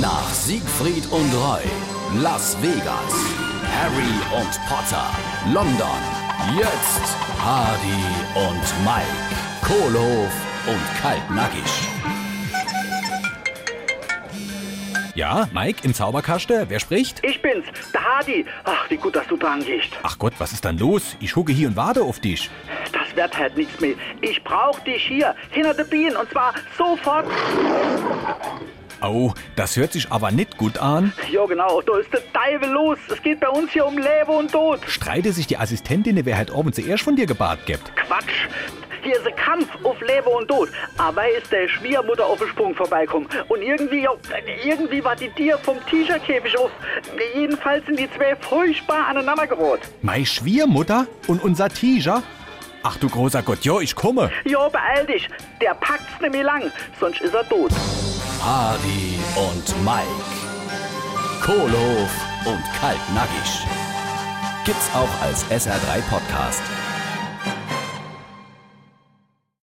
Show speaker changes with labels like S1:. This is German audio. S1: Nach Siegfried und Roy, Las Vegas, Harry und Potter, London, jetzt Hardy und Mike, Kohlhof und Kaltnackig.
S2: Ja, Mike im Zauberkasten, wer spricht?
S3: Ich bin's, der Hardy. Ach, wie gut, dass du dran gehst.
S2: Ach Gott, was ist dann los? Ich hucke hier und warte auf dich.
S3: Das wird halt nichts mehr. Ich brauch dich hier, hinter der Bienen, und zwar sofort.
S2: Au, das hört sich aber nicht gut an.
S3: Jo, genau, da ist der Teufel los. Es geht bei uns hier um Leben und Tod.
S2: Streite sich die Assistentin, wer halt oben zuerst von dir gebart gibt.
S3: Quatsch. Hier ist ein Kampf auf Leben und Tod. Aber ist der Schwiegermutter auf den Sprung vorbeikommen. Und irgendwie, jo, irgendwie war die Tier vom T-Shirt-Käfig auf. Jedenfalls sind die zwei furchtbar aneinander gerot.
S2: Mei Schwiegermutter und unser Tiger? Ach du großer Gott, jo, ich komme.
S3: Jo, beeil dich. Der packt's nämlich lang, sonst ist er tot.
S1: Hardy und Mike. Kohlof und Kaltnackig. Gibt's auch als SR3 Podcast.